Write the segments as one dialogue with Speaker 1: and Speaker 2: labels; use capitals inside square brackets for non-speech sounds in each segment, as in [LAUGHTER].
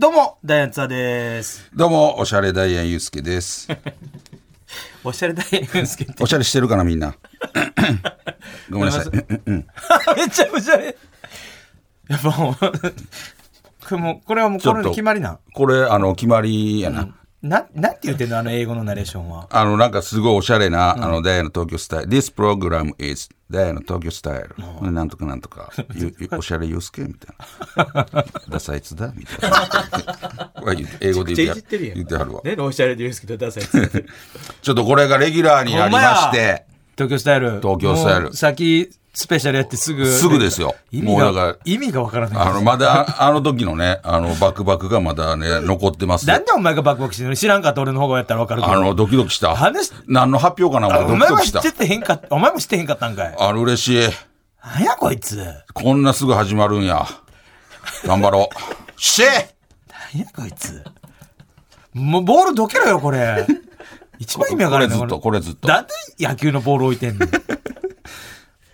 Speaker 1: どうも、ダイアンツアです。
Speaker 2: どうも、おしゃれダイアンユース
Speaker 1: [LAUGHS]
Speaker 2: ケです。
Speaker 1: おしゃれダイアンユース [LAUGHS] ケって
Speaker 2: お。しゃれしてるかな、
Speaker 1: [LAUGHS]
Speaker 2: みんな。ごめんなさい。
Speaker 1: ごめめっちゃおしゃれ。やっぱもう、これもう、これはもうこれの決まりなん。
Speaker 2: これ、あの、決まりやな。
Speaker 1: な、なんて言ってんのあの英語のナレーションは。
Speaker 2: あの、なんかすごいおしゃれな、あの、ダイアンの東京スタイル。This program is ダイアンの東京スタイル。なんとかなん
Speaker 1: [LAUGHS]
Speaker 2: とか。ゆゆおしゃれユースケみたいな。ダサいつだみた
Speaker 1: [LAUGHS]
Speaker 2: いな。これ言う英語で言ってはる言ってはるわ。
Speaker 3: ね、おしゃれで言うんですけど、ダサいっつって。
Speaker 2: ちょっとこれがレギュラーになりまし
Speaker 1: ほんま
Speaker 2: て、
Speaker 1: 東京スタイル。
Speaker 2: 東京スタイル
Speaker 1: もう先、スペシャルやってすぐ。
Speaker 2: すぐですよ
Speaker 1: 意味
Speaker 2: もうだか
Speaker 1: が
Speaker 2: ら、
Speaker 1: 意味がわからない。
Speaker 2: あの、まだ、あの時のね、あの、バクバクがまだね、残ってますよ
Speaker 1: なんでお前がバクバクしてるの知らんかった俺の方がやったらわかるけど。
Speaker 2: あの、ドキドキした。
Speaker 1: 話
Speaker 2: 何の発表かな
Speaker 1: あお
Speaker 2: 思ってド
Speaker 1: 前
Speaker 2: キド
Speaker 1: も
Speaker 2: キし
Speaker 1: 知
Speaker 2: た
Speaker 1: っ。てへんかった、お前も知ってへんかったんかい。
Speaker 2: あれ嬉しい。
Speaker 1: なんやこいつ。
Speaker 2: こんなすぐ始まるんや。頑張ろ
Speaker 1: [LAUGHS]
Speaker 2: う。シェ
Speaker 1: なんやこいつ。もうボールどけろよ、こ
Speaker 2: [LAUGHS]
Speaker 1: れ。一番意味わ
Speaker 2: こ
Speaker 1: か
Speaker 2: れ
Speaker 1: らんな
Speaker 2: ず
Speaker 1: い
Speaker 2: っと、これずっと。
Speaker 1: なんで野球のボール置いてんの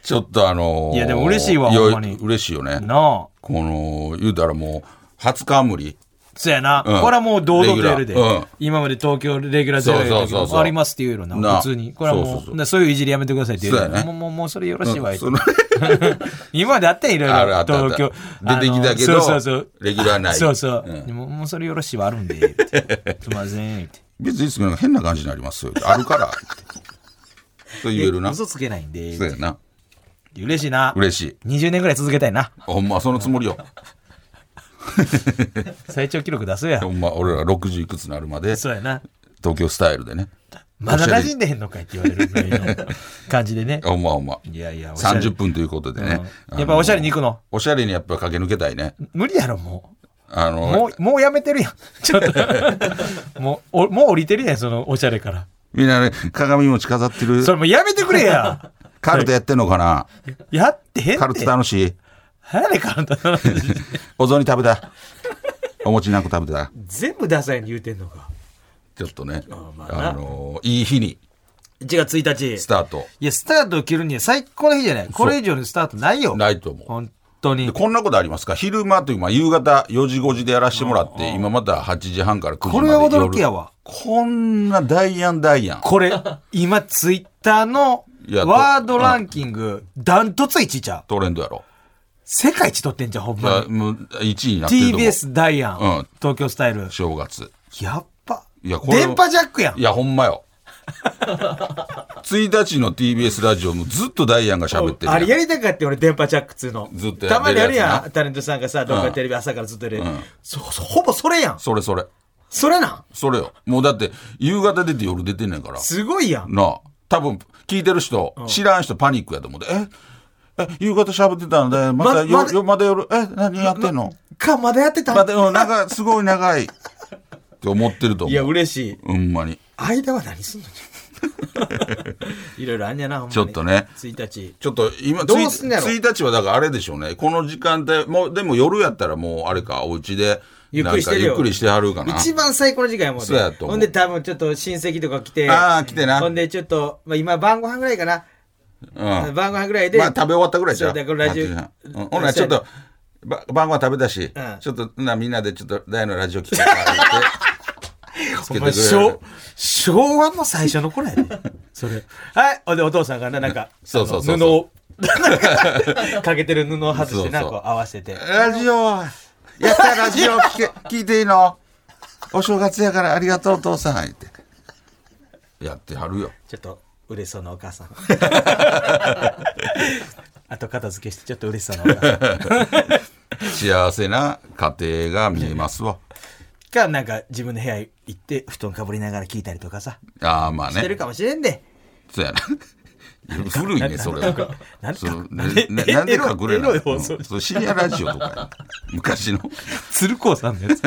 Speaker 2: ちょっとあのー
Speaker 1: いやでも嬉しいわ
Speaker 2: や
Speaker 1: ほんまに
Speaker 2: 嬉しいよね。
Speaker 1: なあ。
Speaker 2: この、言うたらもう、初冠。
Speaker 1: そやな。
Speaker 2: うん
Speaker 1: これはもう堂々とやるで
Speaker 2: レギュラーうん。
Speaker 1: 今まで東京レギュラーゼロやったけ
Speaker 2: そうそうそうそ
Speaker 1: ど、
Speaker 2: う
Speaker 1: ありますって言うよな。
Speaker 2: な
Speaker 1: 普通に。これは
Speaker 2: そう
Speaker 1: も
Speaker 2: そうそう
Speaker 1: う、なそういういじりやめてくださいって言うよ
Speaker 2: そうやね
Speaker 1: もう、もう、もうそれよろしいわ。
Speaker 2: その [LAUGHS]
Speaker 1: 今まであったやんいろい
Speaker 2: あるあ
Speaker 1: ろ。
Speaker 2: ったあった
Speaker 1: 東京。あの
Speaker 2: 出てきたけ
Speaker 1: そ
Speaker 2: ど
Speaker 1: うそうそう。
Speaker 2: レギュラーない
Speaker 1: そうそう
Speaker 2: う。ん
Speaker 1: でももうそれよろしいはあるんで。ってすいません。って
Speaker 2: 別にいつもなんか変な感じになりますよ。あるから。と言えるな。そ
Speaker 1: 嘘つけないんで。
Speaker 2: うやな。
Speaker 1: 嬉しいな。
Speaker 2: 嬉しい。
Speaker 1: 20年ぐらい続けたいな。
Speaker 2: ほんま、そのつもりよ。
Speaker 1: 最長記録出すや
Speaker 2: ほ
Speaker 1: ん。
Speaker 2: んま、俺ら60いくつになるまで、
Speaker 1: そうやな。
Speaker 2: 東京スタイルでね。
Speaker 1: まだ馴染
Speaker 2: ん
Speaker 1: んでへんのかいって言われるぐらいの感じでね。
Speaker 2: ほんまほんま。
Speaker 1: いやいや、おしゃれ
Speaker 2: 30分ということでね。
Speaker 1: うんやっぱおしゃれに行くの
Speaker 2: おしゃれにやっぱ駆け抜けたいね。
Speaker 1: 無理やろ、も
Speaker 2: あの
Speaker 1: う。もう、もうやめてるやん。 [LAUGHS] ちょっと。もう、おもう降りてるやん、そのおしゃれから。
Speaker 2: みんなね、鏡餅飾ってる
Speaker 1: そ。れもうやめてくれや。
Speaker 2: カルトやってんのかな
Speaker 1: やってへんって。
Speaker 2: カルト楽しい
Speaker 1: 早いからだな。
Speaker 2: お雑煮食べた。お餅何個食べた
Speaker 3: 全部ダサいに言うてんのか。
Speaker 2: ちょっとね、あ
Speaker 3: まあな
Speaker 2: のーいい日に
Speaker 3: 1月1
Speaker 2: ス
Speaker 3: 日。
Speaker 2: タート。
Speaker 1: いや、スタートを切るには最高の日じゃない。これ以上のスタートないよ。
Speaker 2: ないと思う。
Speaker 1: 本当に
Speaker 2: で。こんなことありますか昼間というか、まあ、夕方4時5時でやらしてもらって、今また8時半から9時まで
Speaker 1: これは驚きやわ。
Speaker 2: 夜こんなダイアンダイアン。
Speaker 1: これ、
Speaker 2: [LAUGHS]
Speaker 1: 今、ツイッターの
Speaker 2: いやと
Speaker 1: ワードランキング、ダントツ1位ちゃう。
Speaker 2: トレンドやろ。
Speaker 1: 世界一取ってんじゃん、ほん
Speaker 2: いや
Speaker 1: まに。
Speaker 2: もう1位になってると思う。
Speaker 1: TBS ダイアン、
Speaker 2: うん
Speaker 1: 東京スタイル。
Speaker 2: 正月。
Speaker 1: やっぱ。
Speaker 2: いやこれは
Speaker 1: 電波ジャックやん
Speaker 2: い。や、ほんまよ。1日の TBS ラジオもずっとダイアンが喋ってるやん。
Speaker 3: あれやりたかって俺、電波ジャックっつうの。
Speaker 2: ずっとやってるやつな
Speaker 3: たまにやるやん。タレントさんがさ、動画テレビ朝からずっとやる。そそほぼそれやん。
Speaker 2: それそれ。
Speaker 3: それなん。
Speaker 2: それよ。もうだって、夕方出て夜出てんねんから。
Speaker 3: すごいやん。
Speaker 2: なあ。多分、聞いてる人、知らん人パニックやと思うで。ええ、夕方喋ってたんで、またよ、
Speaker 3: ままだ
Speaker 2: よまだ夜、え、何やってんの
Speaker 3: か、まだやってた
Speaker 2: まだ、うん、長い、すごい長い。って思ってると
Speaker 3: いや、
Speaker 2: 思う。
Speaker 3: 嬉しい。
Speaker 2: ほんまに。
Speaker 3: 間は何すんの [LAUGHS] いろいろあんやな、ほんまに
Speaker 2: ちょっとね
Speaker 3: 1日。
Speaker 2: ちょっと今、
Speaker 3: どうすんねやろ
Speaker 2: 1日はだからあれでしょうね。この時間帯、もう、でも夜やったらもうあれか、お家で、
Speaker 3: ゆっくりしてるよ
Speaker 2: なんかゆっくりしてはるかな。
Speaker 3: 一番最高の時間やもんね
Speaker 2: そうやと思う
Speaker 3: ほんで多分ちょっと親戚とか来て。
Speaker 2: あー来てな
Speaker 3: ほんでちょっと、まあ、今晩ご飯ぐらいかな。
Speaker 2: うん。
Speaker 3: 晩ご飯ぐらいで。
Speaker 2: まあ食べ終わったぐらいじゃん。
Speaker 3: そうだからラジオ
Speaker 2: 8時半うんほなちょっと、ば晩ご飯食べたし、
Speaker 3: ん
Speaker 2: ちょっとなみんなでちょっと大のラジオ聞こうか
Speaker 3: [LAUGHS]
Speaker 2: って。つ
Speaker 1: お
Speaker 2: けてくれ
Speaker 1: 前
Speaker 2: る
Speaker 1: 昭昭和の最初の頃
Speaker 2: [LAUGHS]
Speaker 1: やで。それ。
Speaker 3: はい。ほんでお父さんがな、なんか、
Speaker 2: そうそうそう
Speaker 3: あの布を、なんかかけてる布を [LAUGHS] 外してな、
Speaker 2: そうそう
Speaker 3: こう合わせて。
Speaker 2: ラジオやったラジオ聞
Speaker 3: [LAUGHS]
Speaker 2: け聞いていいのお正月やからありがとうお父さん言って。やってはるよ。
Speaker 3: ちょっと、嬉しそうなお母
Speaker 2: [LAUGHS]
Speaker 3: さん。
Speaker 1: あと片付けしてちょっと嬉しそうなお母さん。
Speaker 2: 幸せな家庭が見えますわ。
Speaker 3: か、なんか自分の部屋行って、布団かぶりながら聞いたりとかさ。
Speaker 2: ああまあ
Speaker 3: してる
Speaker 2: ね。
Speaker 3: かもしれんで。
Speaker 2: そうやな。 [LAUGHS] 古いね、それは。
Speaker 3: なんで
Speaker 2: そのねねなんで隠れな
Speaker 3: エロいエロい
Speaker 2: の
Speaker 3: 放
Speaker 2: うん
Speaker 3: 送
Speaker 2: そう深夜ラジオとか
Speaker 3: [LAUGHS]
Speaker 2: や昔の。
Speaker 1: 鶴光さんのやつ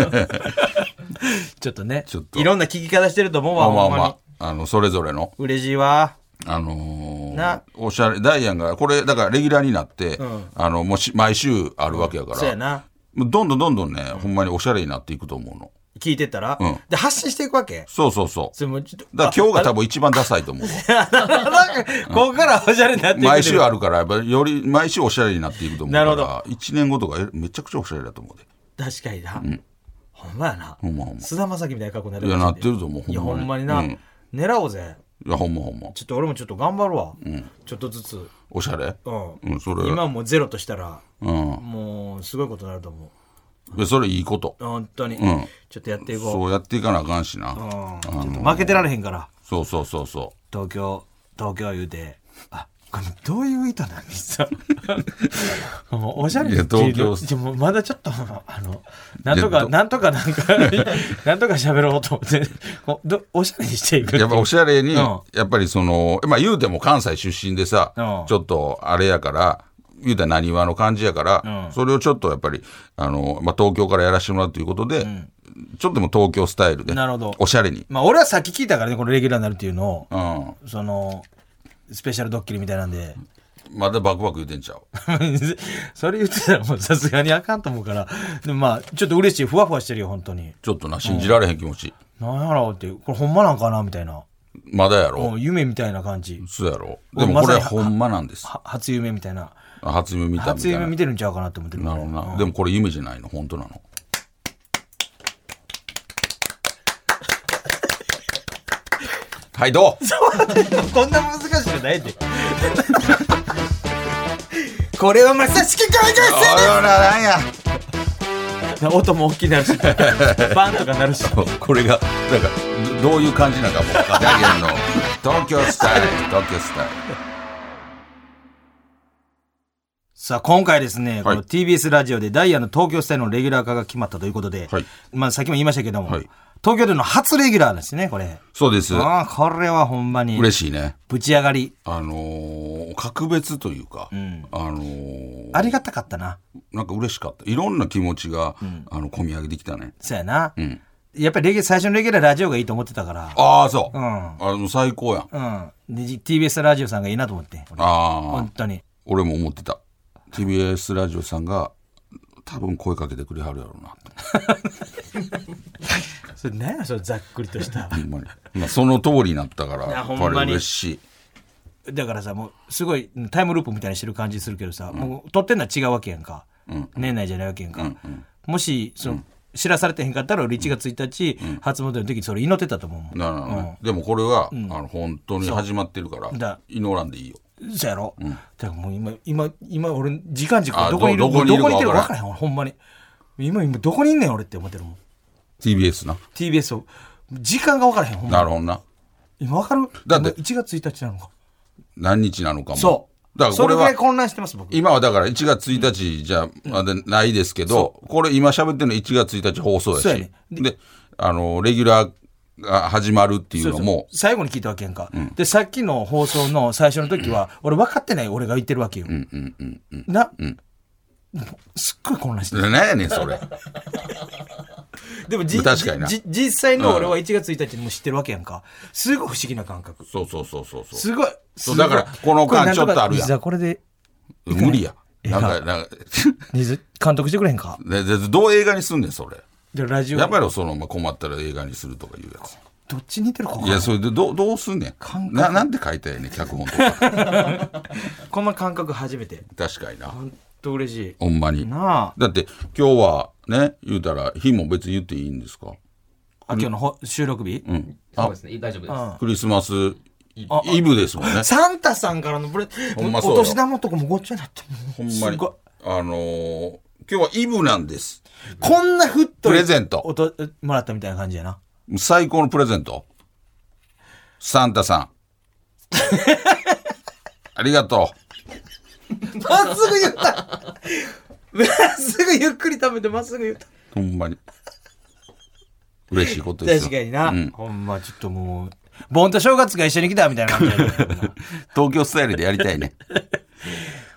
Speaker 1: ちょっとね
Speaker 2: ちょっと
Speaker 1: いろんな聞き方してると思う
Speaker 2: ま
Speaker 1: わ
Speaker 2: あま
Speaker 1: ほ
Speaker 2: あ
Speaker 1: んま
Speaker 2: ま
Speaker 1: に
Speaker 2: あ、あの、それぞれの。
Speaker 3: 嬉しいわ。
Speaker 2: あのー
Speaker 3: な
Speaker 2: おしゃれ、ダイアンが、これ、だからレギュラーになって、あの、もうし毎週あるわけやから、
Speaker 3: そうやな。
Speaker 2: もうどんどんどんどんね、ほんまにおしゃれになっていくと思うの。
Speaker 3: 聞いてたら
Speaker 2: うん。
Speaker 3: で、発信していくわけ。
Speaker 2: そうそうそう。
Speaker 3: それもちょっと
Speaker 2: だから今日が多分一番ダサいと思
Speaker 3: [LAUGHS]
Speaker 2: うわ。
Speaker 3: ここからおしゃれになっていく
Speaker 2: 毎週あるから、やっぱりより毎週おしゃれになっていくと思うか
Speaker 3: なる
Speaker 2: ら、1年後とかえめちゃくちゃおしゃれだと思うで。
Speaker 3: 確かにな。ほんまやな。
Speaker 2: ほんまほんま
Speaker 3: 菅田将暉みたいな格好になる
Speaker 2: いやなってる
Speaker 3: ぞ
Speaker 2: と思うほんまに
Speaker 3: いや、ほんまにな
Speaker 2: うん。
Speaker 3: 狙おうぜ。
Speaker 2: いや、ほんまほんま。
Speaker 3: ちょっと俺もちょっと頑張るわ。ちょっとずつ。
Speaker 2: おしゃれ
Speaker 3: うん
Speaker 2: うん、それ。
Speaker 3: 今もうゼロとしたら、
Speaker 2: うん。
Speaker 3: もうすごいことになると思う。
Speaker 2: いやそれいいこと。
Speaker 3: 本当に
Speaker 2: ん。
Speaker 3: ちょっとやっていこう。
Speaker 2: そうやっていかなあかんしな。
Speaker 3: うんちょっと負けてられへんから。
Speaker 2: そうそうそうそ
Speaker 3: 東京、東京言うて。あ、これどういう意図なんですか
Speaker 1: もうおしゃれ
Speaker 2: いや東京
Speaker 1: っていうのでもまだちょっとあのなんと
Speaker 2: いや
Speaker 1: か
Speaker 2: ど
Speaker 1: なんとかなんか [LAUGHS] なんとか喋ろうと思ってこうどおしゃれにしていくってい
Speaker 2: う。
Speaker 1: う
Speaker 2: やっぱおしゃれに、
Speaker 1: ん
Speaker 2: やっぱりその、まあ言うても関西出身でさ、
Speaker 1: うん
Speaker 2: ちょっとあれやから、言うたら何話の感じやから、
Speaker 1: うん
Speaker 2: それをちょっとやっぱり、あの、まあ東京からやらせてもらうということで、ちょっとでも東京スタイルで、
Speaker 1: なるほど
Speaker 2: おしゃれに。
Speaker 1: まあ俺はさっき聞いたからねこのレギュラーになるっていうのを
Speaker 2: うん。
Speaker 1: そのスペシャルドッキリみたいなんで [LAUGHS]
Speaker 2: まだバクバク言うてんちゃう。
Speaker 1: それ言ってたらもうさすがにあかんと思うからでもまあちょっと嬉しいふわふわしてるよ本当に
Speaker 2: ちょっとな、信じられへん気持ち。
Speaker 1: なんやろうってこれほんまなんかなみたいな
Speaker 2: まだや
Speaker 1: も
Speaker 2: ろ
Speaker 1: う。夢みたいな感じ
Speaker 2: そうやろ。
Speaker 1: う
Speaker 2: で
Speaker 1: ん
Speaker 2: もこれ
Speaker 1: まさに
Speaker 2: ほんまなんです。
Speaker 1: は初夢みたいな
Speaker 2: 初夢見たみ
Speaker 1: 初
Speaker 2: たい
Speaker 1: 夢
Speaker 2: な
Speaker 1: 見。てるんちゃうかなって思ってる
Speaker 2: なるほどな。でもこれ夢じゃないの、本当なの。 [LAUGHS] はい、どう
Speaker 3: こんな
Speaker 1: [LAUGHS]
Speaker 3: 難しくないで。これはまさしく解決
Speaker 2: おらなんや。 [LAUGHS]
Speaker 3: 音も大きくなる
Speaker 1: [LAUGHS]
Speaker 3: し、バンとかなるし。
Speaker 2: これが、なんか、どどういう感じなのかもう分かんない。ダイアンの東京スタイル、東京スタイ
Speaker 1: さあ、今回ですね、こ
Speaker 2: はい
Speaker 1: の TBS ラジオでダイヤの東京スタイルのレギュラー化が決まったということで、
Speaker 2: はい
Speaker 1: まあ、さっきも言いましたけども、
Speaker 2: はい
Speaker 1: 東京での初レギュラーですね、これ。
Speaker 2: ル。そうです。
Speaker 1: ああ、これはほんまに、
Speaker 2: 嬉しいね。
Speaker 1: ぶち上がり、
Speaker 2: あのー格別というか、あのー
Speaker 1: ありがたかったな。
Speaker 2: なんか嬉しかった。いろんな気持ちが、あの、込み上げてきたね。
Speaker 1: そうやな。やっぱりレギュ最初のレギュラーラジオがいいと思ってたから、
Speaker 2: ああ、そう。
Speaker 1: うん
Speaker 2: あの、最高やん。
Speaker 1: うん。で TBS ラジオさんがいいなと思って、俺
Speaker 2: ああ
Speaker 1: 本。当に。
Speaker 2: 俺も思ってた TBS ラジオさんが多分声かけてくれはるやろうなと
Speaker 3: それ何やそれざっくりとした。
Speaker 2: ほんまに、まあ、その通りになったから
Speaker 3: いや
Speaker 2: や
Speaker 3: ほ
Speaker 2: っ
Speaker 3: んま
Speaker 2: ぱ
Speaker 3: に
Speaker 2: り嬉し
Speaker 1: [LAUGHS]
Speaker 2: い
Speaker 1: だからさ、もう、すごい、タイムループみたいにしてる感じするけどさ、もう、撮ってんのは違うわけやんか。年内じゃないわけやんか。もし、その、知らされてへんかったら、俺1月1日、初詣の時、それ祈ってたと思うもん。
Speaker 2: なるほどね、でもこれは、あの本当に始まってるから
Speaker 1: だ
Speaker 2: 祈らんでいいよ
Speaker 1: そやろ、だからもう今、今、今、俺、時間軸
Speaker 2: あ
Speaker 1: どこにいる
Speaker 2: どどこに
Speaker 1: ど
Speaker 2: いる
Speaker 1: こ
Speaker 2: か
Speaker 1: にいてるか
Speaker 2: わ
Speaker 1: 分か
Speaker 2: からら
Speaker 1: へん、俺ほんまに。今、今、どこにいんねん、俺って思ってるもん。
Speaker 2: TBS な
Speaker 1: TBS を。時間が分からへん、ほんま
Speaker 2: な
Speaker 1: に。
Speaker 2: るほどな
Speaker 1: 今分かる
Speaker 2: だって
Speaker 1: 今1月1日なのか。
Speaker 2: 何日なのかも
Speaker 3: そう。
Speaker 2: だからこれ
Speaker 3: それぐらい
Speaker 2: は
Speaker 3: 混乱してます、僕。
Speaker 2: 今はだから1月1日じゃまだないですけど、これ今喋ってるの1月1日放送やし
Speaker 1: そうやね
Speaker 2: であのレギュラーが始まるっていうのも
Speaker 1: 最後に聞いたわけやんか、でさっきの放送の最初の時は、俺分かってない俺が言ってるわけよ、な、すっごい混乱してる
Speaker 2: 何やねんそれ
Speaker 3: でもじ
Speaker 2: 確かにな
Speaker 3: じ実際の俺は1月1日にも知ってるわけやんか。すごい不思議な感覚。
Speaker 2: そうそうそうそうそう
Speaker 3: すごい。
Speaker 2: そうだからこの間ちょっとあるやん
Speaker 1: じゃあこれで
Speaker 2: 無理や。
Speaker 1: ええ
Speaker 2: な
Speaker 1: か
Speaker 2: んか、なんか、
Speaker 1: 水監督してくれへんか
Speaker 2: ででどう映画にすんねん、それ。
Speaker 1: でラジオ
Speaker 2: やっぱりその、まあ、困ったら映画にするとかいうやつ。
Speaker 1: どっちに似てるか分か
Speaker 2: い
Speaker 1: んな
Speaker 2: や、
Speaker 1: い
Speaker 2: それでどうどうすんね
Speaker 1: 感
Speaker 2: ん。
Speaker 1: 覚
Speaker 2: ななんて書いたよね、脚本とか。
Speaker 3: この感覚初めて。
Speaker 2: 確かにな。
Speaker 3: 本当嬉し
Speaker 2: ほんま
Speaker 3: い。
Speaker 2: に。
Speaker 3: なあ。
Speaker 2: だって、今日はね、言うたら、日も別に言っていいんですか
Speaker 1: あ今日のほ収録日、
Speaker 4: そうですね、大丈夫です。
Speaker 2: クリスマスイブですもんね。
Speaker 3: サンタさんからのプレ
Speaker 2: ほんまそう
Speaker 3: お
Speaker 2: よ
Speaker 3: 年玉とかもごっちゃになってる
Speaker 2: ほんますに
Speaker 3: ごい。
Speaker 2: あのー今日はイブなんです。
Speaker 3: こんなふっと
Speaker 2: プレゼント。
Speaker 1: おともらったみたいな感じや
Speaker 2: [LAUGHS]
Speaker 1: な
Speaker 2: 最高のプレゼント。サンタさん。ありがとう。
Speaker 3: まっすぐ言ったまっすぐゆっくり食べてまっすぐ言った
Speaker 2: ほんまに。嬉しいことです
Speaker 3: 確
Speaker 2: よ。
Speaker 3: かにな、
Speaker 2: うん
Speaker 1: ほんまちょっともう盆と正月が一緒に来たみたいな感じや
Speaker 2: [LAUGHS]
Speaker 1: で
Speaker 2: 東京スタイルでやりたいね。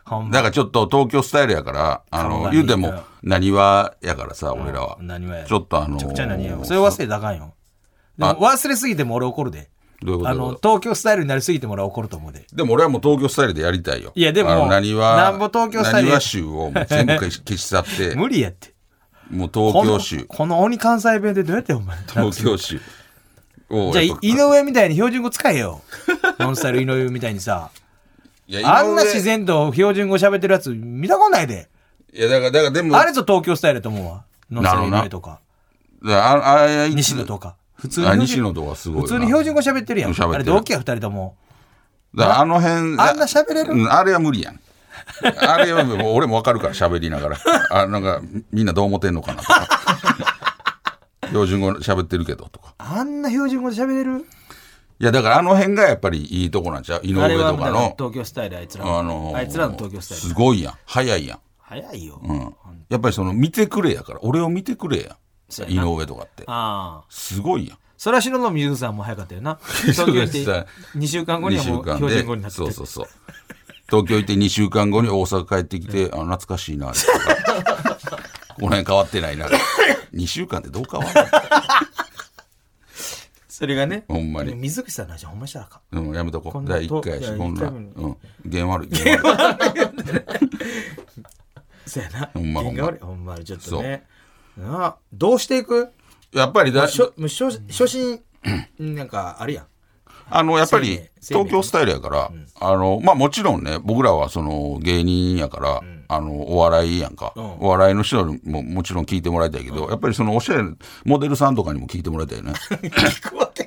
Speaker 1: ほんま
Speaker 2: だからちょっと東京スタイルやから、あ
Speaker 1: 看
Speaker 2: の、
Speaker 1: 板に
Speaker 2: 言うても、なにわやからさ、俺らは。
Speaker 1: 何はや
Speaker 2: ちょっとあの
Speaker 1: めちゃ
Speaker 2: ー
Speaker 1: くちゃ何やそれ忘れたらあかんよでも忘れすぎても俺怒るで
Speaker 2: どういうこと
Speaker 1: あ
Speaker 2: どういう
Speaker 1: の
Speaker 2: こ
Speaker 1: 東京スタイルになりすぎても俺は怒ると思うで
Speaker 2: でも俺はもう東京スタイルでやりたいよ。
Speaker 1: いやでも
Speaker 2: あのなにわ、
Speaker 1: なんぼ東京スタイル
Speaker 2: なにわ州をもう全部消し消し
Speaker 1: [LAUGHS]
Speaker 2: 去って、も
Speaker 1: 無理やって
Speaker 2: う東
Speaker 1: [LAUGHS]
Speaker 2: 京州、
Speaker 1: このこの鬼関西弁でどうやってお前
Speaker 2: 東京州を。
Speaker 1: じゃあ
Speaker 2: やっぱ
Speaker 1: 井上みたいに標準語使え
Speaker 2: [LAUGHS]
Speaker 1: よノンスタイル井上みたいにさ
Speaker 2: いや
Speaker 1: あんな自。然と標準語喋ってるやつ見たことないで
Speaker 2: 井上いや、だから、だからでも、
Speaker 1: あれぞ東京スタイルだと思うわノンスタイル井上とか
Speaker 2: あああいつ
Speaker 1: 西野とか普通に
Speaker 2: あ
Speaker 1: 標準
Speaker 2: 西野とかすごいな
Speaker 1: 普通に標準語喋ってるやん
Speaker 2: 喋ってる
Speaker 1: あれ同期や二人とも
Speaker 2: だからあの辺
Speaker 1: あんな喋れる
Speaker 2: うんあれは無理やんあれはもう俺もわかるから喋りながらあなんかみんなどう思ってんのかなと [LAUGHS] か標準語喋ってるけどとか
Speaker 1: あんな標準語で喋れる
Speaker 2: いやだからあの辺がやっぱりいいとこなんちゃう井上
Speaker 1: あれは
Speaker 2: と
Speaker 1: だか
Speaker 2: からの
Speaker 1: 東京スタイルあいつら
Speaker 2: あのー
Speaker 1: あいつらの東京スタイ
Speaker 2: す
Speaker 1: ル
Speaker 2: ごいやん早いやん、
Speaker 1: 早いよ、
Speaker 2: うん、やっぱりその見てくれやから俺を見てくれやん井上とかって
Speaker 1: ああ
Speaker 2: すごいやん
Speaker 1: それは白の水さんも早かったよな
Speaker 2: [LAUGHS]
Speaker 1: 東京行って2週間後に
Speaker 2: 2
Speaker 1: は
Speaker 2: 週
Speaker 1: もう
Speaker 2: 間
Speaker 1: 標準語にな
Speaker 2: で
Speaker 1: ってて
Speaker 2: そうそうそう東京行って2週間後に大阪帰ってきて、あ懐かしいなとか [LAUGHS] この辺変わってないな2週間でどう変わる
Speaker 1: それがね
Speaker 2: ほんまに
Speaker 1: 水口さんの話ほんましたらあかん
Speaker 2: の、うん、やめとこ
Speaker 1: こんな
Speaker 2: 第1回や
Speaker 1: と
Speaker 2: し
Speaker 1: いや
Speaker 2: こんな
Speaker 1: 一回も
Speaker 2: うん弦悪い弦悪
Speaker 1: そうやな
Speaker 2: ほんま
Speaker 1: 原が悪いほんまちょっとねなあ
Speaker 3: どうしていく
Speaker 2: いやっぱ
Speaker 1: [LAUGHS]
Speaker 2: りだ
Speaker 3: しょもう初初心なんかある
Speaker 2: [COUGHS]
Speaker 3: やん
Speaker 2: あのやっぱり
Speaker 3: 生命
Speaker 2: 東京スタイルやから、あのまあもちろんね僕らはその芸人やから、あのお笑いやんか、お笑いの人にももちろん聞いてもらいたいけど、やっぱりそのおしゃれモデルさんとかにも聞いてもらいたいよね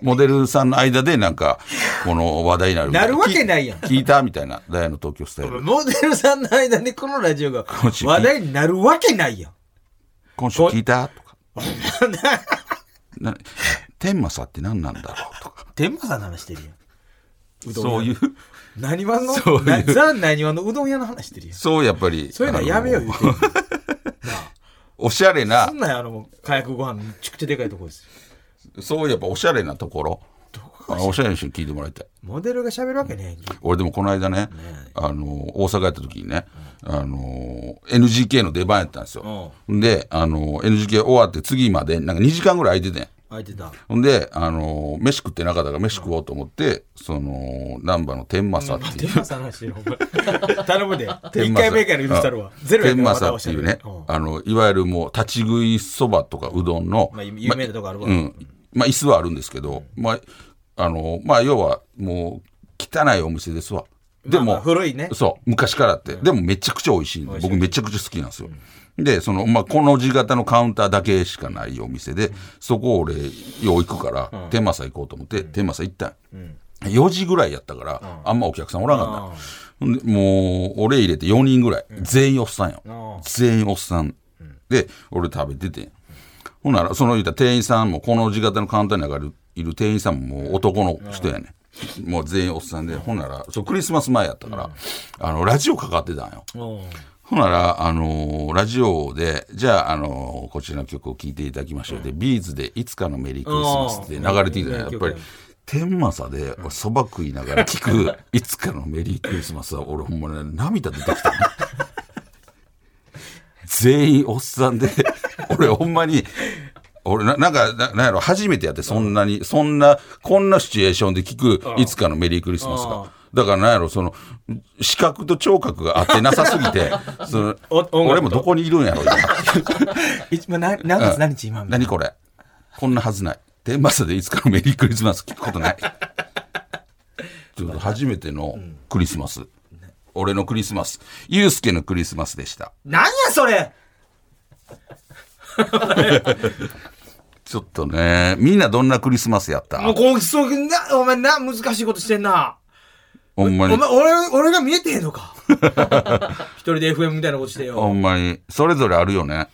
Speaker 2: モデルさんの間でなんかこの話題になるみたい
Speaker 3: なるわけないやん
Speaker 2: 聞聞いたみたいなダイヤの東京スタイル
Speaker 3: モデルさんの間でこのラジオが
Speaker 2: 今週
Speaker 3: 話題になるわけないやん
Speaker 2: 今週聞いたとか [LAUGHS] な天馬さって何なんだろうとか
Speaker 1: 天馬さんの話してるやん
Speaker 2: そういう
Speaker 3: 何話の
Speaker 2: そういう
Speaker 3: なザ・何話のうどん屋の話してるやん
Speaker 2: そうやっぱり
Speaker 3: そういうのはやめよう
Speaker 2: あ
Speaker 3: 言
Speaker 2: の
Speaker 3: うてんの
Speaker 2: おしゃれな
Speaker 3: そんなんやあの火薬ご飯めちゃくちゃでかいとこですよ
Speaker 2: そういえばおしゃれなところ。あおしゃれな人に聞いてもらいたい。
Speaker 3: モデルが喋るわけねえんけ
Speaker 2: 俺でもこの間ね、あの、大阪やった時にね、あの、NGK の出番やったんですよ。で、あの、NGK 終わって次まで、なんか2時間ぐらい空いててん。
Speaker 3: 空いてた
Speaker 2: ほんで、あの、飯食ってなかったから飯食おうと思って、その、難波の天正ってい
Speaker 3: 天
Speaker 2: う。
Speaker 3: 馬さんの話してるほんま [LAUGHS] 頼むで
Speaker 2: 天
Speaker 3: 一
Speaker 2: 正
Speaker 3: 回目から許したるわゼロや
Speaker 2: 天
Speaker 3: からま
Speaker 2: 正
Speaker 3: た
Speaker 2: っていうね
Speaker 3: 教えてうん、
Speaker 2: あの、いわゆるもう立ち食いそばとかうどんの、
Speaker 3: まあ有名なとこあるわ
Speaker 2: うん、まあ椅子はあるんですけど、まああのまあ要はもう汚いお店ですわでも、
Speaker 3: まあまあ古いね
Speaker 2: そう昔からって、でもめちゃくちゃ美味しいんで僕めちゃくちゃ好きなんですよ、でその、まあ、この字型のカウンターだけしかないお店で、そこを俺よう行くから、天満さん行こうと思って、天満さん行ったん、4時ぐらいやったから、あんまお客さんおらんかった、ほんでもう俺入れて4人ぐらい、全員おっさんよ、全員おっさんで俺食べてて、ほんなら、その言うたら店員さんも、この字型のカウンターの中にいる店員さんももう男の人やね、ん。もう全員おっさんで、ほんなら、そうクリスマス前やったから、あの、ラジオかかってたんよ。ほんなら、あのーラジオで、じゃあ、あのーこちらの曲を聴いていただきましょう。で、ビーズで、いつかのメリークリスマスって流れてきたね。やっぱり、天正で、俺そば食いながら聴 [LAUGHS] く、いつかのメリークリスマスは、俺ほんまね、涙出てきたね。全員おっさんで、 [LAUGHS] 俺ほんまに、俺な、なんか、ななんやろ、初めてやって、そんなに、そんな、こんなシチュエーションで聞く、いつかのメリークリスマスが。だからなんやろ、その、視覚と聴覚が合ってなさす
Speaker 3: [LAUGHS]
Speaker 2: ぎて、その
Speaker 3: お音楽と
Speaker 2: 俺もどこにいるんやろ、今 [LAUGHS]
Speaker 1: 一まあな何月何日今みたいな
Speaker 2: 何これ。こんなはずない。天正でいつかのメリークリスマス聞くこ
Speaker 3: [LAUGHS]
Speaker 2: とない。ちょっと初めてのクリスマス。俺のクリスマス。ゆうすけのクリスマスでした。
Speaker 3: なんやそれ
Speaker 2: ちょっとね、みんなどんなクリスマスやった
Speaker 3: もうこうそうなお前な難しいことしてんな
Speaker 2: ほんま
Speaker 3: お
Speaker 2: に
Speaker 3: 前。俺俺が見えてへんのか [LAUGHS] 一人で FM みたいなことして
Speaker 2: ほ
Speaker 3: よ
Speaker 2: んまに。それぞれあるよね。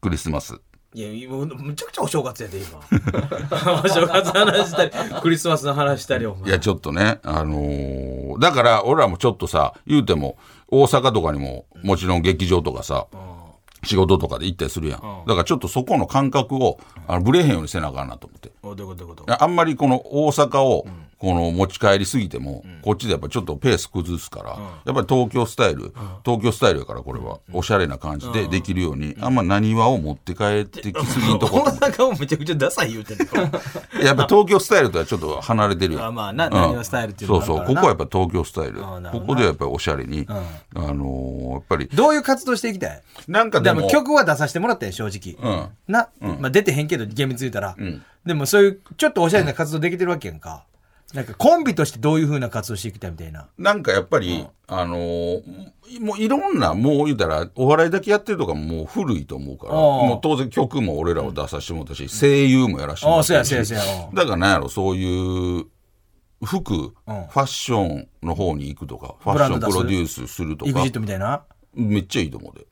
Speaker 2: クリスマス。
Speaker 3: いやもうむちゃくちゃお正月やで今 [LAUGHS] お正月話したりクリスマスの話したりお
Speaker 2: い
Speaker 3: 前
Speaker 2: や、ちょっとね、あのーだから、俺らもちょっとさ、言うても、大阪とかにも、もちろん劇場とかさ、仕事とかで行ったりするやん、だからちょっとそこの感覚をあのブレへんようにせなあかんなと思って
Speaker 1: おどういうことどういうこと
Speaker 2: ああんまりこの大阪をこの持ち帰りすぎても、こっちでやっぱちょっとペース崩すから、やっぱり東京スタイル、東京スタイルやからこれは、おしゃれな感じでできるように、あんまなにわを持って帰ってきすぎんとこ
Speaker 1: この中もめちゃくちゃダサい言うてる
Speaker 2: やっぱ東京スタイルとはちょっと離れてるやん
Speaker 1: あまあな
Speaker 2: うん
Speaker 1: なにわスタイルっていうの
Speaker 2: そ
Speaker 1: が
Speaker 2: う
Speaker 1: ある
Speaker 2: そ
Speaker 1: からな
Speaker 2: うここはやっぱ東京スタイル
Speaker 1: あなるほど
Speaker 2: こ
Speaker 1: な
Speaker 2: こでやっぱりおしゃれに、あのーやっぱり
Speaker 1: どういう活動していきたい
Speaker 2: なんかで
Speaker 1: で
Speaker 2: も
Speaker 1: も曲は出させてもらったよ正直、
Speaker 2: うん
Speaker 1: な、まあ、出てへんけど厳密に言うたら、でもそういうちょっとおしゃれな活動できてるわけやんか、なんかコンビとしてどういうふうな活動していきたいみたいな
Speaker 2: なんかやっぱり、あのーもういろんなもう言うたらお笑いだけやってるとかもう古いと思うから
Speaker 1: ああ
Speaker 2: もう当然曲も俺らを出させてもらったし、声優もやらせてもらったし
Speaker 1: ああそうやそうやそうやうん
Speaker 2: だからなんやろそういう服、ファッションの方に行くとかファッショ
Speaker 1: ブラン
Speaker 2: ンプ
Speaker 1: ド出す
Speaker 2: ロデュースするとか
Speaker 1: EXIT みたいな
Speaker 2: めっちゃいいと思うで、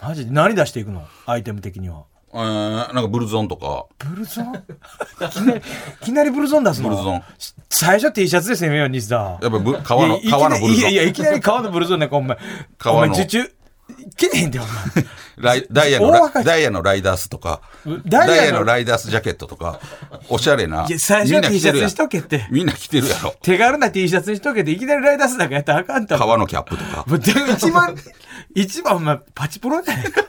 Speaker 1: マジで何出していくのアイテム的には
Speaker 2: えー、なんかブルゾンとか
Speaker 1: ブルゾンいきなりいきなりブルゾン出すの
Speaker 2: ブルゾン
Speaker 1: 最初 T シャツで攻めよう西田
Speaker 2: やっぱりブ革の
Speaker 1: いや
Speaker 2: 革のブル
Speaker 1: いきなりい
Speaker 2: ゾン
Speaker 1: やいやいきなり革のブルゾンなんかお前
Speaker 2: 革の
Speaker 1: お前受注けてへんでお前
Speaker 2: ライダイヤの
Speaker 1: 大
Speaker 2: ラ
Speaker 1: 赤字
Speaker 2: ダイヤのライダースとか
Speaker 1: ダ
Speaker 2: ダ
Speaker 1: イ
Speaker 2: [LAUGHS]
Speaker 1: ヤの
Speaker 2: イヤのライダースジャケットとかおしゃれない
Speaker 1: や最初
Speaker 2: み
Speaker 1: は
Speaker 2: んな着てる
Speaker 1: T シャ
Speaker 2: や
Speaker 1: ツ
Speaker 2: ん
Speaker 1: しとけって
Speaker 2: みんな着てるやろ
Speaker 1: 手軽な T シャツにしとけていきなりライダースなんかやったらあかんと思う
Speaker 2: 革のキャップとか
Speaker 1: もうでも一番 [LAUGHS] 一番お前パチプロじゃないか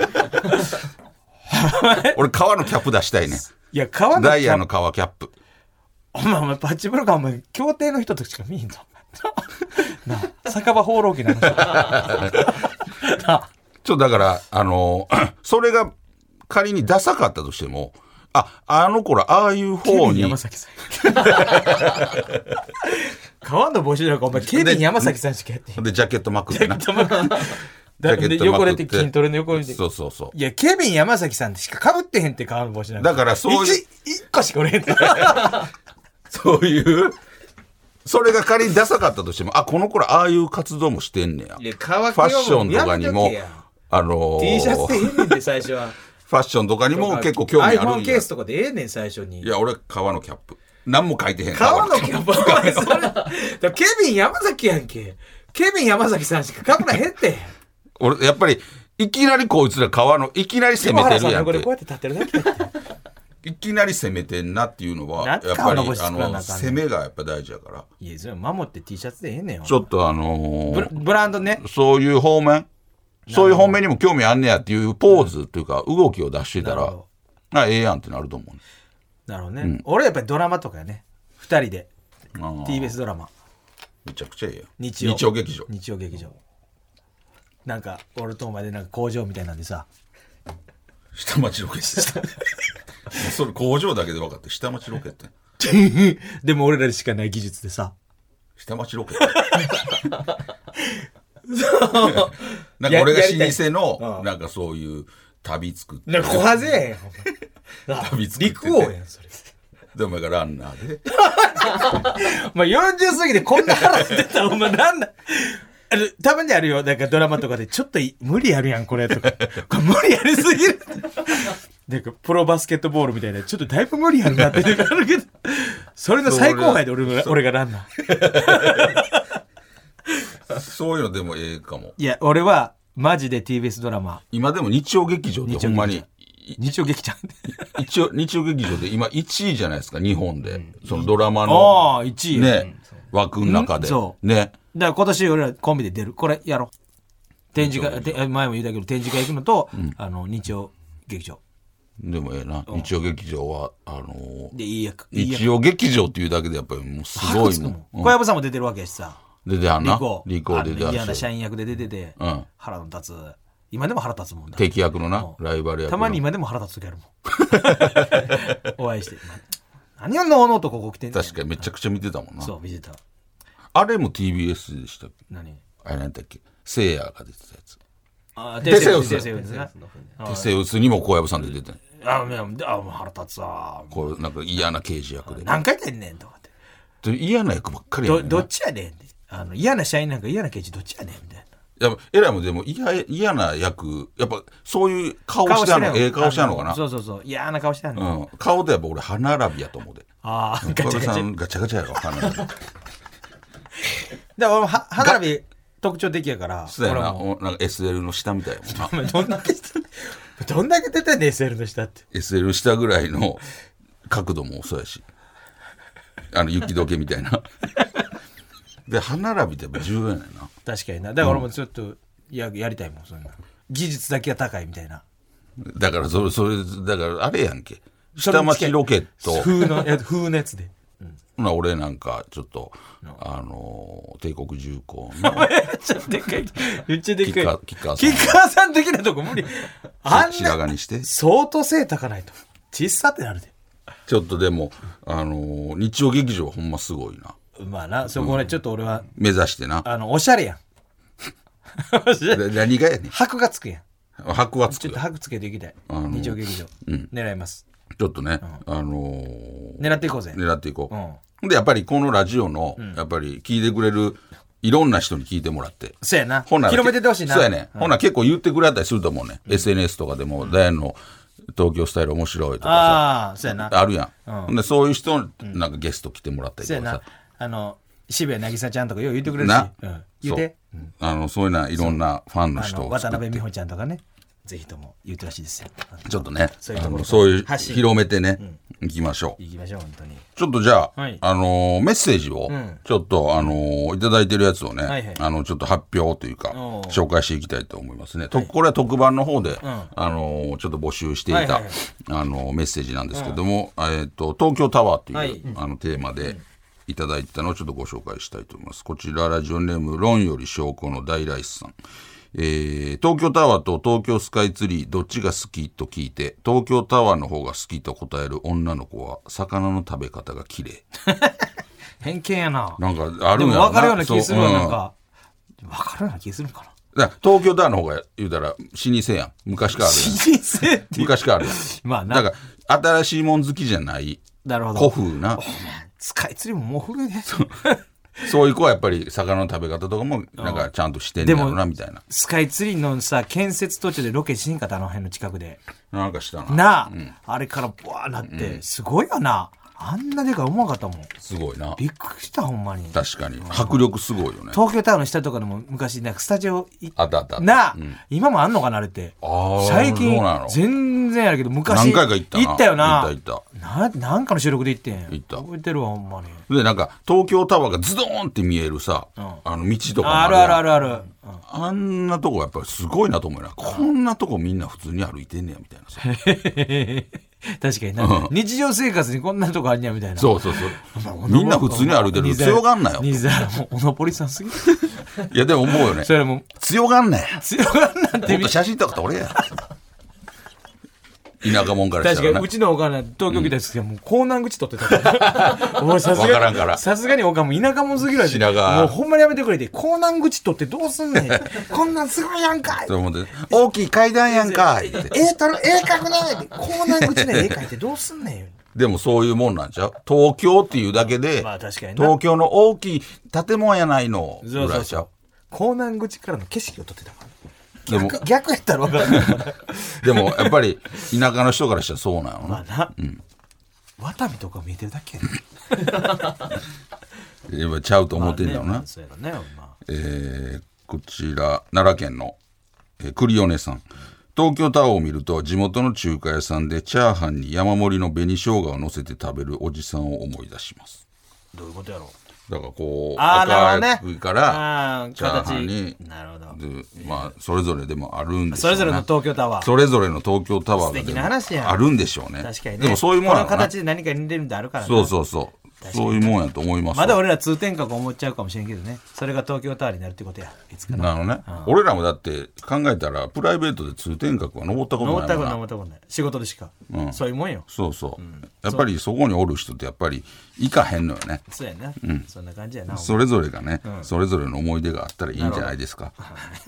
Speaker 2: 俺革のキャップ出したいね
Speaker 1: いや革のキャ
Speaker 2: ダイヤの革キャップ
Speaker 1: お前お前パチプロかお前協定の人 [LAUGHS] としか見えんぞなあ酒場放浪記の話
Speaker 2: [LAUGHS]
Speaker 1: なあ
Speaker 2: ちょっとだからあの [CLEARS THROAT] ーそれが仮にダサかったとしてもああの頃ああいう方に
Speaker 1: 山崎さん。 [LAUGHS] 川の帽子じゃなくてお前、ケビン山崎さんしかやってへん。
Speaker 2: でジャケットまくってなジ
Speaker 1: だ
Speaker 2: ャ
Speaker 1: って
Speaker 2: ケットま
Speaker 1: 汚
Speaker 2: く
Speaker 1: れ
Speaker 2: ってて
Speaker 1: 筋トレの横に。
Speaker 2: そうそうそう
Speaker 1: いや、ケビン山崎さんしか被ってへんって川の帽子なん
Speaker 2: だからそういう
Speaker 1: 一、一個しか売れへんって。
Speaker 2: そういうそれが仮にダサかったとしてもあこの頃ああいう活動もしてんねや
Speaker 3: いや乾き
Speaker 2: ファッションとかに
Speaker 3: や
Speaker 2: も
Speaker 3: めとけや、
Speaker 2: あのー
Speaker 3: T シャツでええねんで、最初は。
Speaker 2: ファッションとかに [LAUGHS] も結構興味あるんや
Speaker 3: iPhone ケースとかでええねん、最初に
Speaker 2: い。や、俺、革のキャップ。何も書いてへん。
Speaker 3: 川の
Speaker 2: キ
Speaker 3: キ
Speaker 2: ャッ
Speaker 3: ャバクラそれだ
Speaker 2: [LAUGHS]
Speaker 3: からケビン山崎やんけ。ケビン山崎さんしか被らへんって。
Speaker 2: プ。俺、やっぱり、いきなりこいつら革の、いきなり攻
Speaker 1: 今
Speaker 2: め
Speaker 1: 原
Speaker 2: て
Speaker 1: さ
Speaker 2: る
Speaker 1: ん
Speaker 2: や
Speaker 1: の
Speaker 2: ん
Speaker 1: これこうや
Speaker 2: け。
Speaker 1: って立ってるだけやって。
Speaker 2: いきなり攻めてんなっていうのは、
Speaker 1: な
Speaker 2: や
Speaker 1: ん
Speaker 2: っ
Speaker 1: か
Speaker 2: ぱり、
Speaker 1: のぼし
Speaker 2: あ
Speaker 1: 作らな
Speaker 2: の、
Speaker 1: あかんねん
Speaker 2: 攻めがやっぱ大事やから。
Speaker 1: いや、それ守って T シャツでええねんよ
Speaker 2: ちょっとあ
Speaker 1: ブ
Speaker 2: の
Speaker 1: ラブランドね。
Speaker 2: そういう方面、そういう方面にも興味あんねやっていうポーズっていうか、動きを出してた
Speaker 1: なる
Speaker 2: ら
Speaker 1: ほど、
Speaker 2: あ、ええやんってなると思うね。
Speaker 1: なるほどね。俺やっぱりドラマとかやね。二人で。
Speaker 2: あー
Speaker 1: TBS ドラマ。
Speaker 2: めちゃくちゃええやん。
Speaker 1: 日曜
Speaker 2: 劇場。
Speaker 1: 日曜劇場なんか俺とお前でなんか工場みたいなんで
Speaker 2: [LAUGHS]
Speaker 1: さ
Speaker 2: 下町ロケットでした。 [LAUGHS] それ工場だけで分かって、下町ロケットや。
Speaker 1: でも俺らしかない技術でさ
Speaker 2: 下町ロケット。なんか俺が
Speaker 3: ややりたい
Speaker 2: 老舗の、なんかそういう旅作って。
Speaker 3: なんか小はぜやんほんま。
Speaker 1: [LAUGHS]
Speaker 2: 旅作ってて
Speaker 3: 陸王やん、それ。
Speaker 2: で、お前がランナーで。
Speaker 1: まあ40過ぎでこんな腹出たらお前なんだ [LAUGHS] あのたまにあるよなんかドラマとかでちょっとい無理やるやんこれと [LAUGHS] かこれ無理やりすぎるなんかプロバスケットボールみたいなちょっとだいぶ無理やるなっていうのがあるけどそれの最高杯で俺が俺がランナー
Speaker 2: そういうのでもええかも。
Speaker 1: いや俺はマジで TBS ドラマ
Speaker 2: 今でも日曜劇場でほんまに、
Speaker 1: 日曜劇場
Speaker 2: 一応、日曜劇場で今1位じゃないですか、日本で。そのドラマ
Speaker 1: あ
Speaker 2: の
Speaker 1: あ、1位
Speaker 2: ね、枠の中で
Speaker 1: うんそ。う
Speaker 2: ね。
Speaker 1: だから今年俺らコンビで出る。これやろう。展示会、て前も言ったけど展示会行くのと、あの、日曜劇場。
Speaker 2: でもええな。日曜劇場は、あのー、
Speaker 1: で、いい役。いい役。
Speaker 2: 日曜劇場っていうだけでやっぱりもうすごいもん。
Speaker 1: 小籔さんも出てるわけやしさ。
Speaker 2: で、で、あん
Speaker 1: リ
Speaker 2: な
Speaker 1: コ。。
Speaker 2: リコで出
Speaker 1: あの嫌な
Speaker 2: たし
Speaker 1: 社。員役で出てて
Speaker 2: うん、
Speaker 1: 腹の立つ。今でも腹立つもんだ。
Speaker 2: 敵役のな、
Speaker 1: うん
Speaker 2: ライバル役
Speaker 1: た
Speaker 2: の。
Speaker 1: まに今でも腹立つ時あるも [LAUGHS] ん。お会いして。何をのおのおとここ来てんの
Speaker 2: 確かにめちゃくちゃ見てたもんな。
Speaker 1: そう、見てた。
Speaker 2: あれも TBS でしたっけ
Speaker 1: 何
Speaker 2: あれなんだっけせいやが出てたやつ。
Speaker 1: あ、
Speaker 2: テセウス
Speaker 1: テセウスな。
Speaker 2: テセウスにも小籔さんで出てた
Speaker 1: あ、いやあもう腹立つ
Speaker 2: [LAUGHS]
Speaker 1: わ。
Speaker 2: こうなんか嫌な刑事役で。
Speaker 1: 何回やってんねんとかって。
Speaker 2: で嫌な役ばっかりやね
Speaker 1: ど
Speaker 2: んな
Speaker 1: どっちやねんってあの嫌な社員なんか嫌な刑事どっちやねんみたい
Speaker 2: やっぱエラもでも嫌嫌な役、やっぱそういう顔
Speaker 1: な
Speaker 2: したの、
Speaker 1: ない
Speaker 2: ええ顔したのかな。
Speaker 1: そうそうそう嫌な顔してんの、
Speaker 2: うん、顔でやっぱ俺歯並びやと思うで。
Speaker 1: ああ [LAUGHS] ガ
Speaker 2: 小
Speaker 1: チ
Speaker 2: 籔
Speaker 1: ガ
Speaker 2: さ
Speaker 1: チ [LAUGHS]
Speaker 2: んガチャガチャやろ、歯並び。
Speaker 1: で俺もは歯並び特徴的やから
Speaker 2: そうや
Speaker 1: 俺
Speaker 2: な
Speaker 1: はも
Speaker 2: おなんか SL の下みたいやもんな
Speaker 1: うお前どんだけどんだけ出てんねん SL の下って
Speaker 2: SL の下ぐらいの角度もそうやしあの雪解けみたいなで歯並びってやっぱ重要やねんな
Speaker 1: 確かになだから俺もちょっとややりたいもんそんな技術だけが高いみたいな
Speaker 2: だからそれそれだからあれやんけ
Speaker 1: それ
Speaker 2: 下
Speaker 1: に近い
Speaker 2: 町ロケット
Speaker 1: 風のや風のやつ
Speaker 2: [LAUGHS]
Speaker 1: で
Speaker 2: ほな俺なんかちょっと、あのー帝国重工の
Speaker 1: めっちゃでっかいめっちゃでっか
Speaker 2: キッカ
Speaker 1: い
Speaker 2: ーキッカー
Speaker 1: キ
Speaker 2: さん
Speaker 1: ッカーさん的なとこ無理あん
Speaker 2: 白
Speaker 1: な
Speaker 2: 髪にして
Speaker 1: 相当背高ないと小さってなるで
Speaker 2: ちょっとでも、あのー日曜劇場はほんますごいな
Speaker 1: まあなそこねちょっと俺は
Speaker 2: 目指してな
Speaker 1: あのおしゃれやんおしゃれ
Speaker 2: で何がやねん
Speaker 1: 箔がつくやん
Speaker 2: 白はつ
Speaker 1: ち
Speaker 2: く
Speaker 1: ょっと
Speaker 2: よ
Speaker 1: 箔つけていきたい
Speaker 2: あの
Speaker 1: 日曜劇場狙います
Speaker 2: ちょっとね、あのー
Speaker 1: 狙っていこうぜ
Speaker 2: 狙っていこう、でやっぱりこのラジオの、やっぱり聞いてくれるいろんな人に聞いてもらって
Speaker 1: そうやな
Speaker 2: ほな
Speaker 1: 広めてってほしいな
Speaker 2: そうやね、ほな結構言ってくれたりすると思うね、SNS とかでも「ダイアンの東京スタイル面白い」とかさ
Speaker 1: ああそうやな
Speaker 2: あるやん、ほんでそういう人なんかゲスト来てもらったり
Speaker 1: そう
Speaker 2: と
Speaker 1: や
Speaker 2: かさ
Speaker 1: なあの渋谷渚ちゃんとかよう言ってくれるし
Speaker 2: な、
Speaker 1: うん言って
Speaker 2: そうあのそういうないろんなファンの
Speaker 1: あ
Speaker 2: 人
Speaker 1: の
Speaker 2: を作
Speaker 1: 渡
Speaker 2: って
Speaker 1: 辺美穂ちゃんとかねぜひとも言ってほしいですよ
Speaker 2: ちょっとね
Speaker 1: そいう
Speaker 2: そううい
Speaker 1: ところ
Speaker 2: うそういう
Speaker 1: 発信
Speaker 2: 広めてね、行きましょう
Speaker 1: 行きましょう本当に
Speaker 2: ちょっとじゃあ、
Speaker 1: はい
Speaker 2: あのーメッセージを
Speaker 1: ん
Speaker 2: ちょっと、あのーいただいてるやつをね、
Speaker 1: はいはい
Speaker 2: あのちょっと発表というか
Speaker 1: おー
Speaker 2: 紹介していきたいと思いますね、とこれは特番の方で、あのーちょっと募集していた、
Speaker 1: はいはいはい
Speaker 2: あのーメッセージなんですけども、えー、と東京タワーという、
Speaker 1: はい
Speaker 2: あのテーマでいただいたのをちょっとご紹介したいと思いますこちらラジオネーム「論より証拠の大ライスさん」えー東京タワーと東京スカイツリーどっちが好きと聞いて東京タワーの方が好きと答える女の子は魚の食べ方が綺麗
Speaker 1: 偏見やな
Speaker 2: なんかある
Speaker 1: で
Speaker 2: ん
Speaker 1: も
Speaker 2: やろ
Speaker 1: 分かるような気するわ
Speaker 2: そう
Speaker 1: なん
Speaker 2: うん
Speaker 1: か分かるような気するんかな
Speaker 2: だから東京タワーの方が言うたら老舗やん昔からあるやん
Speaker 1: 人生って
Speaker 2: 昔からあるやん
Speaker 1: まあ [LAUGHS] な
Speaker 2: だから新しいもん好きじゃない
Speaker 1: なるほど
Speaker 2: 古風な
Speaker 1: スカイツリーももう古いね
Speaker 2: そういう子はやっぱり魚の食べ方とかもなんかちゃんとしてんねやろなみたいな
Speaker 1: スカイツリーのさ建設途中でロケしんかったあの辺の近くで
Speaker 2: なんかしたな
Speaker 1: なあ、あれからブワーなって、すごいよなあんなでかいうまかったもん
Speaker 2: すごいな
Speaker 1: びっくりしたほんまに
Speaker 2: 確かに迫力すごいよね
Speaker 1: 東京タワーの下とかでも昔なんかスタジオ行
Speaker 2: あったあった
Speaker 1: なあ、今もあんのかなあれって
Speaker 2: あー
Speaker 1: 最近
Speaker 2: どうなの
Speaker 1: 全然やるけど昔
Speaker 2: 何回か行ったな
Speaker 1: 行ったよな
Speaker 2: 行った行った
Speaker 1: ななんかの収録で行ってん
Speaker 2: 行った
Speaker 1: 覚えてるわほんまに
Speaker 2: でなんか東京タワーがズドーンって見えるさ、あの道とかも
Speaker 1: あるあるあ
Speaker 2: る
Speaker 1: るある、うん
Speaker 2: やんあんなとこやっぱりすごいなと思うなこんなとこみんな普通に歩いてんねやみたいなさ
Speaker 1: 確かにな日常生活にこんなとこあんねやみたいな
Speaker 2: そうそうそう
Speaker 1: [LAUGHS]
Speaker 2: みんな普通に歩いてる強がんなよ
Speaker 1: ニ
Speaker 2: い
Speaker 1: ザもうオノポリさんすぎる
Speaker 2: やでも思うよね
Speaker 1: それもう
Speaker 2: 強がんなよ
Speaker 1: 強がんなんて
Speaker 2: もっ
Speaker 1: み
Speaker 2: と写真とか撮れ
Speaker 1: [LAUGHS]
Speaker 2: や田舎もんからした
Speaker 1: 確か
Speaker 2: らな
Speaker 1: にうちのおかんなんて東京来たんですけど、もう港南口取ってたから。もうさす
Speaker 2: わから
Speaker 1: が
Speaker 2: んから
Speaker 1: に、さすがにおかんも田舎もんすぎるやし
Speaker 2: 品川
Speaker 1: もうほんまにやめてくれて、港南口取ってどうすんねん。こんなんすごいやんかい
Speaker 2: そう思って [LAUGHS] 大きい階段やん [LAUGHS] かいって
Speaker 1: ええたら、ええかくない港南口で絵描いてどうすんねんよ。
Speaker 2: でもそういうもんなんちゃう東京っていうだけで、
Speaker 1: まあ確かにな
Speaker 2: 東京の大きい建物やないのぐらいちゃう
Speaker 1: 港南口からの景色を撮ってたから。
Speaker 2: でも
Speaker 1: 逆逆やったらわかんない。
Speaker 2: でもやっぱり田舎の人からしたらそうなの
Speaker 1: まあ
Speaker 2: な、
Speaker 1: な。ワタミとか見えてるだけやね
Speaker 2: やっぱちゃうと思ってんだろうな、
Speaker 1: まあねそうやろね、ほんま
Speaker 2: えーこちら奈良県の、えークリオネさん東京タワーを見ると地元の中華屋さんでチャーハンに山盛りの紅生姜を乗せて食べるおじさんを思い出します
Speaker 1: どういうことやろう。
Speaker 2: だからこう
Speaker 1: あーなるほ
Speaker 2: 赤
Speaker 1: どね
Speaker 2: いから
Speaker 1: あー
Speaker 2: チャーハンに
Speaker 1: 形なるほど
Speaker 2: でまあそれぞれでもあるんでし
Speaker 1: そ
Speaker 2: ょう
Speaker 1: れ
Speaker 2: ね
Speaker 1: ぞれの東京タワー。
Speaker 2: それぞれの東京タワー
Speaker 1: 素
Speaker 2: が
Speaker 1: 敵な話
Speaker 2: で
Speaker 1: やん
Speaker 2: もあるんでしょうね
Speaker 1: 確かにね。
Speaker 2: でもそういうもん
Speaker 1: こ
Speaker 2: や
Speaker 1: の
Speaker 2: ろな
Speaker 1: 形で何かに似てるんであるからな
Speaker 2: そうそうそうそういうもんやと思います
Speaker 1: まだ俺ら通天閣思っちゃうかもしれんけどね。それが東京タワーになるってことや。いつかな。
Speaker 2: なのね、俺らもだって考えたらプライベートで通天閣は登ったこと
Speaker 1: 登っ
Speaker 2: ない
Speaker 1: たことない、
Speaker 2: もんな
Speaker 1: 登ったことない。仕事でしか。そういうもんよ。
Speaker 2: そうそう、やっぱりそこにおる人ってやっぱり行かへんのよね
Speaker 1: そうやな。そんな感じやな。
Speaker 2: それぞれがね、それぞれの思い出があったらいいんじゃないですか
Speaker 1: [LAUGHS]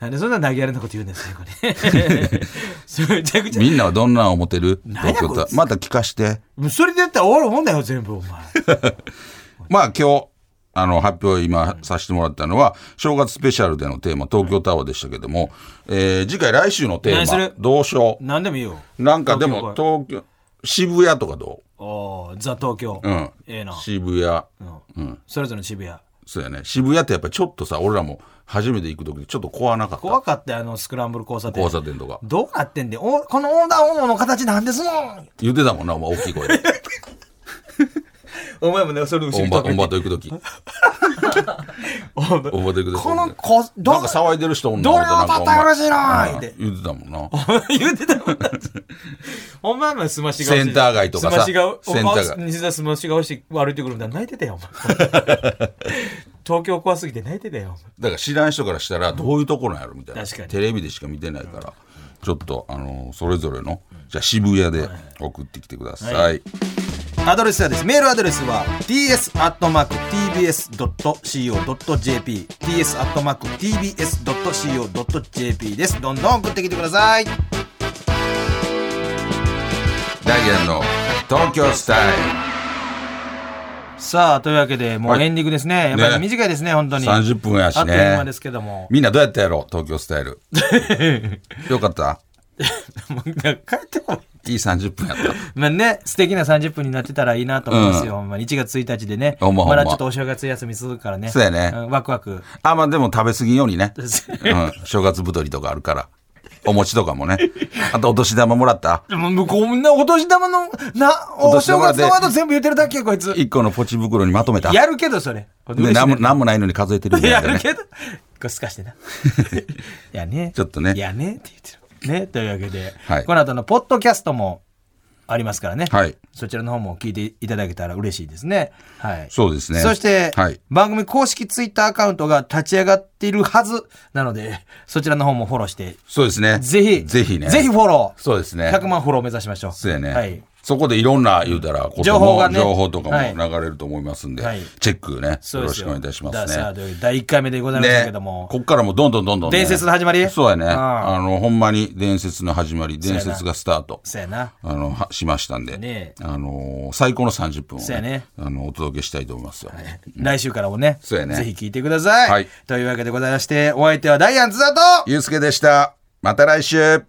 Speaker 1: なんでそんな投げやりなこと言うんですか、
Speaker 2: [LAUGHS]
Speaker 1: ね、それめちゃくちゃ。
Speaker 2: みんなはどんなん思ってる
Speaker 1: なんや
Speaker 2: 東京タ
Speaker 1: こ
Speaker 2: ワ
Speaker 1: いつ
Speaker 2: ーまた聞かして
Speaker 1: もうそれでやったら終わるもんだよ、全部、お前。
Speaker 2: まあ今日あの発表今させてもらったのは正月スペシャルでのテーマ東京タワーでしたけども、えー次回来週のテ
Speaker 1: 何す
Speaker 2: ー
Speaker 1: る
Speaker 2: マどうしよう
Speaker 1: 何でもいいよ。
Speaker 2: なんかでも東京渋谷とかど
Speaker 1: おーザ・東京。
Speaker 2: ううん
Speaker 1: ええな。
Speaker 2: 渋谷
Speaker 1: うんそれぞれの渋谷。
Speaker 2: そうやね渋谷ってやっぱちょっとさ俺らも初めて行く時ちょっと怖なかった
Speaker 1: 怖かったよあのスクランブル交差点
Speaker 2: 交差点とか
Speaker 1: どうなってんでおこの横断歩道の形なんですのん
Speaker 2: 言ってたもんなお前大き
Speaker 1: [LAUGHS]
Speaker 2: い声で
Speaker 3: お前もね、それの後
Speaker 2: オ
Speaker 3: ろに
Speaker 2: ンバ
Speaker 3: 隠
Speaker 2: オン
Speaker 3: れて
Speaker 2: バと行く
Speaker 1: [LAUGHS]
Speaker 2: 時
Speaker 3: オンバ
Speaker 2: オンバと行く時
Speaker 1: このこど
Speaker 2: なん
Speaker 1: [LAUGHS]
Speaker 2: か騒いでる人おん
Speaker 1: どれを
Speaker 2: なんか
Speaker 1: 取ったらよろしいのって
Speaker 2: うん言ってたもんな
Speaker 3: 言ってたもんだってお前もすまし顔して
Speaker 2: センター街とかさ
Speaker 3: すまし顔
Speaker 2: センター街
Speaker 3: お前西田すまし顔して歩いてくるんだ泣いてたよお前
Speaker 2: [LAUGHS]
Speaker 3: 東京怖すぎて泣いてたよお前
Speaker 2: だから知らん人からしたらどういうところなんやろみたいな
Speaker 1: 確かに
Speaker 2: テレビでしか見てないからちょっとあのそれぞれのじゃあ渋谷で送ってきてください、
Speaker 1: アドレスはです。メールアドレスは ts.tbs.co.jp ts.tbs.co.jp です。どんどん送ってきてください。
Speaker 2: ダイアンの東京スタイ
Speaker 1: さあ、というわけで、もう
Speaker 2: はい
Speaker 1: エンディングですね。やっぱり
Speaker 2: ね
Speaker 1: 短いですね、本当
Speaker 2: ル
Speaker 1: に。
Speaker 2: 30分やしね
Speaker 1: あっという間ですけど
Speaker 2: [LAUGHS]
Speaker 1: も。
Speaker 2: みんなどうやったやろ東京スタイル
Speaker 1: [LAUGHS]
Speaker 2: よかった
Speaker 1: もうなんか帰ってこない。
Speaker 2: いい30分やった
Speaker 1: まあね、素敵な30分になってたらいいなと思いますよ。ほんまに1月1日でね。
Speaker 2: ほんまほん
Speaker 1: だ
Speaker 2: ま
Speaker 1: ちょっとお正月休み続くからね。
Speaker 2: そうやね
Speaker 1: んワクワク。 [LAUGHS]
Speaker 2: あまあでも食べ過ぎんようにね、うん
Speaker 1: す、
Speaker 2: 正月太りとかあるからお餅とかもねあとお年玉もらった
Speaker 1: でも、こんなお年玉の、な、お
Speaker 2: 年
Speaker 1: 正
Speaker 2: 玉
Speaker 1: 月
Speaker 2: で
Speaker 1: のワード全部言ってるだけよ、こいつ。
Speaker 2: 1個のポチ袋にまとめた
Speaker 1: やるけど、それ。
Speaker 2: ね、なんもなんもないのに数えてるみたい
Speaker 1: や
Speaker 2: なね
Speaker 1: るけど、こすかして
Speaker 2: [LAUGHS]
Speaker 1: な。いやね。
Speaker 2: ちょっとね
Speaker 1: いやねって言ってる。ね。というわけで、
Speaker 2: はい
Speaker 1: この後のポッドキャストもありますからね。
Speaker 2: はい
Speaker 1: そちらの方も聞いていただけたら嬉しいですね。はい。
Speaker 2: そうですね
Speaker 1: そして、
Speaker 2: はい
Speaker 1: 番組公式ツイッターアカウントが立ち上がっているはずなので、そちらの方もフォローして、
Speaker 2: そうですね
Speaker 1: ぜひ、
Speaker 2: ぜひね
Speaker 1: ぜひフォロー。
Speaker 2: そうですね
Speaker 1: 100万フォロー目指しましょう。
Speaker 2: そうやね、
Speaker 1: はい。
Speaker 2: そこでいろんな言うたらことも
Speaker 1: 情報がね
Speaker 2: 情報とかも
Speaker 1: はい
Speaker 2: 流れると思いますんで、
Speaker 1: はい
Speaker 2: チェックね
Speaker 1: そう
Speaker 2: よ
Speaker 1: で
Speaker 2: ろ
Speaker 1: す
Speaker 2: しくお願いいたしま
Speaker 1: だ
Speaker 2: す
Speaker 1: からさあ
Speaker 2: ね。
Speaker 1: というわけで第1回目でございましたけ
Speaker 2: ね
Speaker 1: ども、
Speaker 2: こっからもどんどんどんどん、ね、
Speaker 1: 伝説の始まり
Speaker 2: そうやね、
Speaker 1: うん
Speaker 2: あのほんまに伝説の始まり伝説がスタート
Speaker 1: そうやな。
Speaker 2: あのはしましたんで、
Speaker 1: ね
Speaker 2: あの最高の30分を
Speaker 1: そうや
Speaker 2: ね、
Speaker 1: ね
Speaker 2: あのお届けしたいと思いますよ、
Speaker 1: 来週からもね、
Speaker 2: そうやね
Speaker 1: ぜひ聞いてください。
Speaker 2: はい
Speaker 1: というわけでございまして、お相手はダイアン津田と
Speaker 2: ゆうすけでしたまた来週